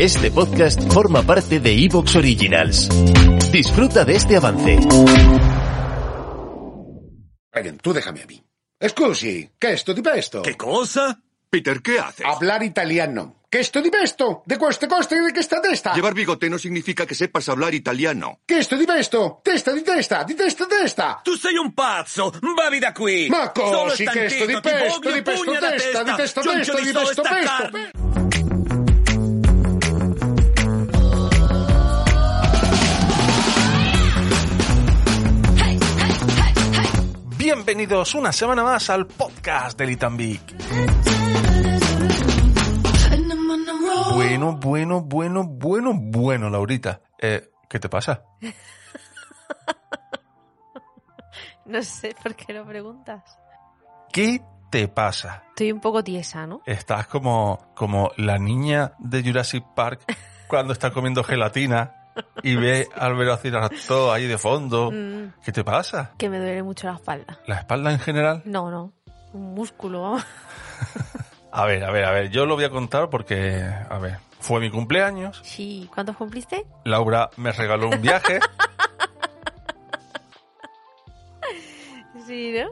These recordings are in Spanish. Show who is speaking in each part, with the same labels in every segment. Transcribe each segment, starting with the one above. Speaker 1: Este podcast forma parte de Evox Originals. Disfruta de este avance.
Speaker 2: Megan, tú déjame a mí. Scusi, che sto di pesto?
Speaker 3: Che cosa? Peter, ¿qué haces?
Speaker 2: Hablar italiano. Che sto di pesto? De questo costo e di questa testa.
Speaker 3: Llevar bigote no significa que sepas hablar italiano.
Speaker 2: Che sto di pesto? Testa di testa, di testa testa.
Speaker 4: Tu sei un pazzo! Bavi da qui!
Speaker 2: Ma
Speaker 4: Solo
Speaker 2: così, che sto di
Speaker 4: stanchito, ti
Speaker 2: pesto,
Speaker 4: voglio
Speaker 2: di pesto
Speaker 4: pugna da
Speaker 2: testa, di testa testa,
Speaker 4: Cioccioli
Speaker 2: di
Speaker 4: solo
Speaker 2: pesto
Speaker 4: sta
Speaker 2: pesto.
Speaker 4: carne.
Speaker 5: Bienvenidos una semana más al podcast del Itambic. Bueno, bueno, bueno, bueno, bueno, Laurita. Eh, ¿Qué te pasa?
Speaker 6: No sé por qué lo preguntas.
Speaker 5: ¿Qué te pasa?
Speaker 6: Estoy un poco tiesa, ¿no?
Speaker 5: Estás como, como la niña de Jurassic Park cuando está comiendo gelatina y ve al velociraptor ahí de fondo.
Speaker 6: Mm,
Speaker 5: ¿Qué te pasa?
Speaker 6: que me duele mucho la espalda.
Speaker 5: ¿La espalda en general?
Speaker 6: No, no. Un músculo, vamos.
Speaker 5: A ver, a ver, a ver. Yo lo voy a contar porque, a ver, fue mi cumpleaños.
Speaker 6: Sí. ¿Cuántos cumpliste?
Speaker 5: Laura me regaló un viaje.
Speaker 6: Sí, ¿no?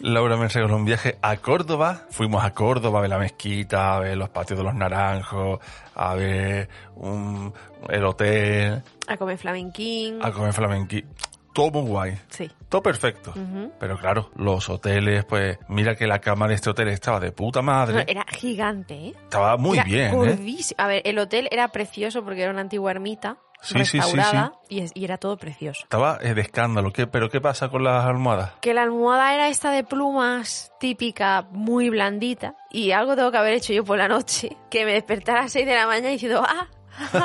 Speaker 5: Laura me regaló un viaje a Córdoba. Fuimos a Córdoba a ver la mezquita, a ver los patios de los naranjos, a ver un, el hotel,
Speaker 6: A comer flamenquín.
Speaker 5: a comer flamenqui. Todo muy guay,
Speaker 6: Sí.
Speaker 5: todo perfecto.
Speaker 6: Ujú.
Speaker 5: Pero claro, los hoteles, pues mira que la cama de este hotel estaba de puta
Speaker 6: No,
Speaker 5: madre.
Speaker 6: era gigante, ¿eh?
Speaker 5: Estaba muy
Speaker 6: Era
Speaker 5: bien, ¿eh?
Speaker 6: curvísimo. A ver, el hotel era precioso porque era una antigua ermita
Speaker 5: Sí, sí, sí,
Speaker 6: restaurada y es- Y, era todo precioso.
Speaker 5: Estaba eh, de escándalo. ¿Qué, ¿Pero qué pasa con las almohadas?
Speaker 6: Que la almohada era esta de plumas típica, muy blandita. Y algo tengo que haber hecho yo por la noche, que me despertara a las 6 de la mañana diciendo, ah,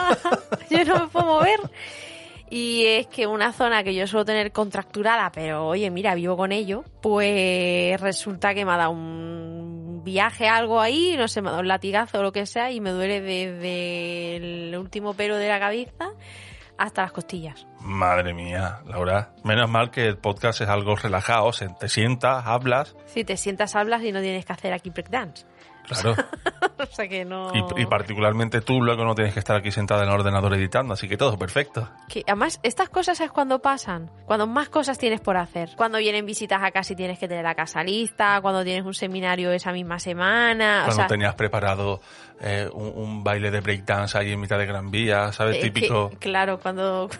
Speaker 6: yo no me puedo mover. Y es que una zona que yo suelo tener contracturada, pero oye, mira, vivo con ello, pues resulta que me ha dado un viaje, algo ahí, no sé, me ha dado un latigazo o lo que sea, y me duele desde el último pelo de la cabeza hasta las costillas.
Speaker 5: Madre mía, Laura. Menos mal que el podcast es algo relajado. se- Te sientas, hablas.
Speaker 6: Si te sientas, hablas y no tienes que hacer aquí breakdance.
Speaker 5: Claro.
Speaker 6: O sea que no.
Speaker 5: Y, y particularmente tú luego no tienes que estar aquí sentada en el ordenador editando, así que todo perfecto.
Speaker 6: Que, además, estas cosas es cuando pasan, cuando más cosas tienes por hacer. Cuando vienen visitas a casa y tienes que tener la casa lista, cuando tienes un seminario esa misma semana.
Speaker 5: Cuando
Speaker 6: Ah, o sea,
Speaker 5: tenías preparado eh, un, un baile de breakdance ahí en mitad de Gran Vía, ¿sabes?
Speaker 6: eh,
Speaker 5: Típico.
Speaker 6: que- claro, cuando.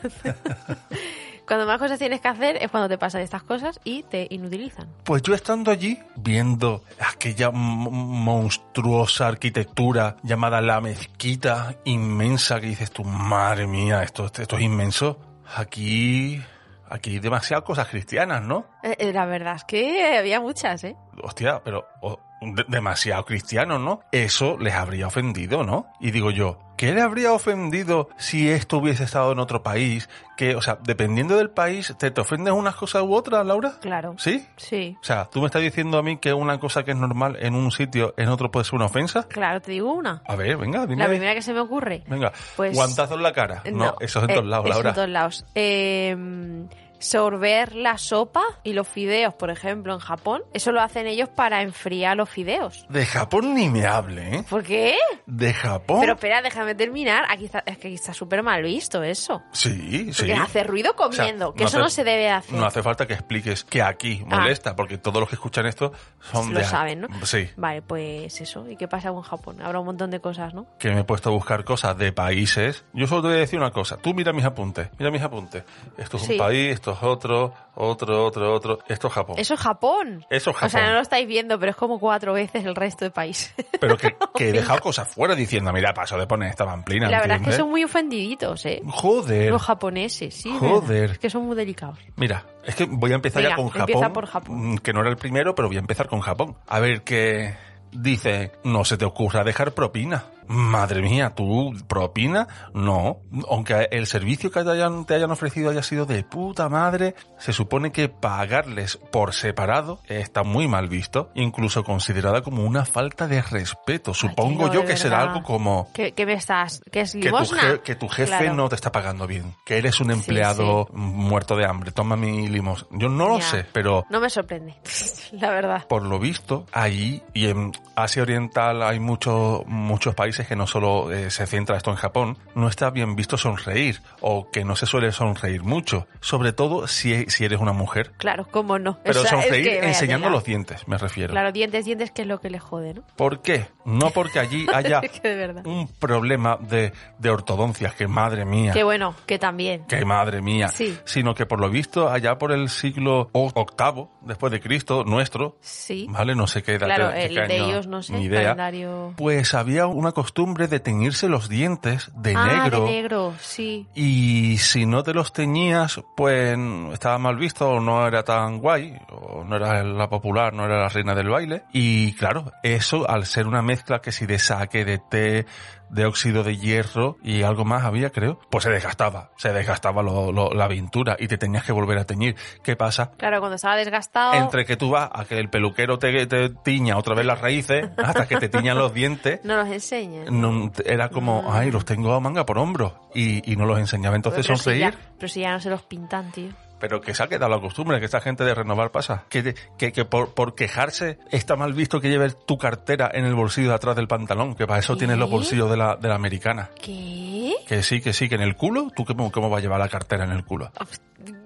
Speaker 6: cuando más cosas tienes que hacer es cuando te pasan estas cosas y te inutilizan.
Speaker 5: Pues yo estando allí, viendo aquella m- monstruosa arquitectura llamada la mezquita inmensa que dices tú, madre mía, esto, esto es inmenso. Aquí, aquí hay demasiadas cosas cristianas, ¿no?
Speaker 6: Eh, eh, la verdad es que había muchas, ¿eh?
Speaker 5: hostia, pero o- de- demasiado cristianos, ¿no? Eso les habría ofendido, ¿no? Y digo yo, ¿qué le habría ofendido si esto hubiese estado en otro país? Que, o sea, dependiendo del país, ¿te, te ofendes unas cosas u otras, Laura?
Speaker 6: Claro.
Speaker 5: ¿Sí?
Speaker 6: Sí.
Speaker 5: O sea, ¿tú me estás diciendo a mí que una cosa que es normal en un sitio, en otro puede ser una ofensa?
Speaker 6: Claro, te digo una.
Speaker 5: A ver, venga, dime.
Speaker 6: La primera que se me ocurre.
Speaker 5: Venga,
Speaker 6: Pues-
Speaker 5: guantazo en la cara. No, eso es en
Speaker 6: eh,
Speaker 5: todos lados,
Speaker 6: eso
Speaker 5: Laura.
Speaker 6: en todos lados. Eh, sorber la sopa y los fideos, por ejemplo, en Japón, eso lo hacen ellos para enfriar los fideos.
Speaker 5: De Japón ni me hable, ¿eh?
Speaker 6: ¿Por qué?
Speaker 5: De Japón.
Speaker 6: Pero espera, déjame terminar. Aquí está, es que aquí está súper mal visto eso.
Speaker 5: Sí, sí.
Speaker 6: Porque hace ruido
Speaker 5: O sea,
Speaker 6: comiendo, que eso
Speaker 5: hace-
Speaker 6: no se debe hacer.
Speaker 5: No hace falta que expliques que aquí
Speaker 6: Ah.
Speaker 5: molesta, porque todos los que escuchan esto son
Speaker 6: Lo
Speaker 5: de.
Speaker 6: saben, ¿no?
Speaker 5: Sí.
Speaker 6: Vale, pues eso. ¿Y qué pasa con Japón? Habrá un montón de cosas, ¿no?
Speaker 5: Que me he puesto a buscar cosas de países. Yo solo te voy a decir una cosa. Tú mira mis apuntes. Mira mis apuntes. Esto es
Speaker 6: Sí.
Speaker 5: un país, esto es otro, otro, otro, otro. Esto es Japón.
Speaker 6: Eso es Japón.
Speaker 5: Oh. Eso es
Speaker 6: O sea,
Speaker 5: Japón.
Speaker 6: no lo estáis viendo, pero es como cuatro veces el resto de país.
Speaker 5: Pero que, que he dejado cosas fuera diciendo, mira, paso de poner esta pamplina.
Speaker 6: La verdad es que
Speaker 5: ¿entiendes?
Speaker 6: son muy ofendiditos, ¿eh?
Speaker 5: Joder.
Speaker 6: Los japoneses, sí. de
Speaker 5: Joder.
Speaker 6: verdad. Es que son muy delicados.
Speaker 5: Mira, es que voy a empezar
Speaker 6: Venga,
Speaker 5: ya con
Speaker 6: empieza
Speaker 5: Japón.
Speaker 6: por Japón.
Speaker 5: mm, Que no era el primero, pero voy a empezar con Japón. A ver qué dice, no se te ocurra dejar propina. Madre mía, ¿tú propina? No. Aunque el servicio que te hayan, te hayan ofrecido haya sido de puta madre, se supone que pagarles por separado está muy mal visto, incluso considerada como una falta de respeto. Supongo yo
Speaker 6: Tío, de
Speaker 5: que será
Speaker 6: verdad.
Speaker 5: algo como
Speaker 6: ¿Qué, qué me estás? ¿Qué es
Speaker 5: que tu,
Speaker 6: limosna?
Speaker 5: je- que tu jefe
Speaker 6: Claro.
Speaker 5: no te está pagando bien, que eres un empleado muerto de hambre, toma mi limos. Yo no lo
Speaker 6: Ya.
Speaker 5: sé, pero
Speaker 6: No me sorprende, la verdad.
Speaker 5: por lo visto, allí y en Asia Oriental hay muchos muchos países que no solo eh, se centra esto en Japón, no está bien visto sonreír o que no se suele sonreír mucho, sobre todo si, si eres una mujer.
Speaker 6: Claro, cómo no.
Speaker 5: Pero
Speaker 6: O sea, es
Speaker 5: sonreír
Speaker 6: que vaya
Speaker 5: enseñando
Speaker 6: tela.
Speaker 5: los dientes, me refiero.
Speaker 6: Claro, dientes, dientes, que es lo que le jode, ¿no?
Speaker 5: ¿Por qué? No porque allí haya
Speaker 6: Es que de verdad.
Speaker 5: un problema de, de ortodoncias, que madre mía.
Speaker 6: Que bueno, que también.
Speaker 5: que madre mía,
Speaker 6: Sí.
Speaker 5: sino que por lo visto allá por el siglo o- octavo después de Cristo nuestro,
Speaker 6: Sí.
Speaker 5: vale, no sé qué edad,
Speaker 6: Claro,
Speaker 5: qué- qué
Speaker 6: el de
Speaker 5: año,
Speaker 6: ellos, no sé,
Speaker 5: ni idea,
Speaker 6: calendario-
Speaker 5: pues había una costumbre de teñirse los dientes de
Speaker 6: ah,
Speaker 5: negro.
Speaker 6: de negro, sí.
Speaker 5: Y si no te los teñías, pues estaba mal visto o no era tan guay, o no era la popular, no era la reina del baile. Y claro, eso al ser una mezcla que si de saque, de té, de óxido de hierro y algo más había, creo, pues se desgastaba, se desgastaba lo- lo- la pintura y te tenías que volver a teñir. ¿Qué pasa?
Speaker 6: Claro, cuando estaba desgastado.
Speaker 5: Entre que tú vas a que el peluquero te, te tiña otra vez las raíces, hasta que te tiñan los dientes,
Speaker 6: No los enseña.
Speaker 5: no, era como, ay, los tengo a manga por hombro y, y no los enseñaba. Entonces
Speaker 6: Pero si
Speaker 5: sonreír,
Speaker 6: ya- pero si ya no se los pintan, tío.
Speaker 5: pero que se ha quedado la costumbre, que esta gente de renovar pasa. Que, que, que por, por quejarse está mal visto que lleves tu cartera en el bolsillo de atrás del pantalón, que para eso
Speaker 6: ¿Qué?
Speaker 5: tienes los bolsillos de la, de la americana.
Speaker 6: ¿Qué?
Speaker 5: Que sí, que sí, que en el culo, ¿tú cómo, cómo vas a llevar la cartera en el culo?
Speaker 6: Ah.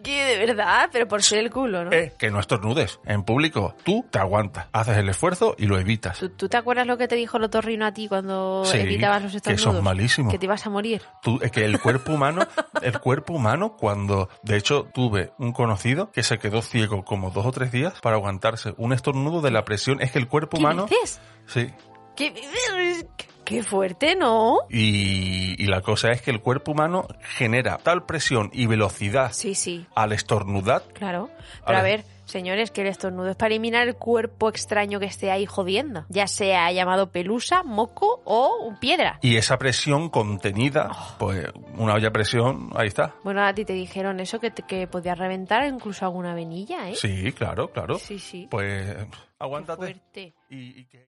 Speaker 6: ¿Qué? De verdad, pero por ser el culo, ¿no?
Speaker 5: Eh, que no estornudes en público. Tú te aguantas, haces el esfuerzo y lo evitas.
Speaker 6: ¿Tú, tú te acuerdas lo que te dijo el otorrino a ti cuando
Speaker 5: Sí,
Speaker 6: evitabas los
Speaker 5: que
Speaker 6: estornudos?
Speaker 5: son malísimos.
Speaker 6: Que te ibas a morir.
Speaker 5: Tú- es que el cuerpo humano, el cuerpo humano cuando, de hecho, tuve un conocido que se quedó ciego como dos o tres días para aguantarse un estornudo de la presión. Es que el cuerpo
Speaker 6: ¿Qué
Speaker 5: humano,
Speaker 6: dices?
Speaker 5: sí.
Speaker 6: ¿Qué dices? Qué fuerte, ¿no?
Speaker 5: Y, y la cosa es que el cuerpo humano genera tal presión y velocidad
Speaker 6: Sí, sí,
Speaker 5: al estornudar.
Speaker 6: claro. Pero a
Speaker 5: A ver.
Speaker 6: ver, señores, que el estornudo es para eliminar el cuerpo extraño que esté ahí jodiendo. Ya sea llamado pelusa, moco o un piedra.
Speaker 5: Y esa presión contenida,
Speaker 6: Ah.
Speaker 5: pues una olla a presión, ahí está.
Speaker 6: Bueno, a ti te dijeron eso, que, te- que podías reventar incluso alguna venilla, ¿eh?
Speaker 5: Sí, claro, claro.
Speaker 6: sí. sí.
Speaker 5: Pues
Speaker 6: Qué
Speaker 5: aguántate.
Speaker 6: fuerte.
Speaker 5: Y- y que-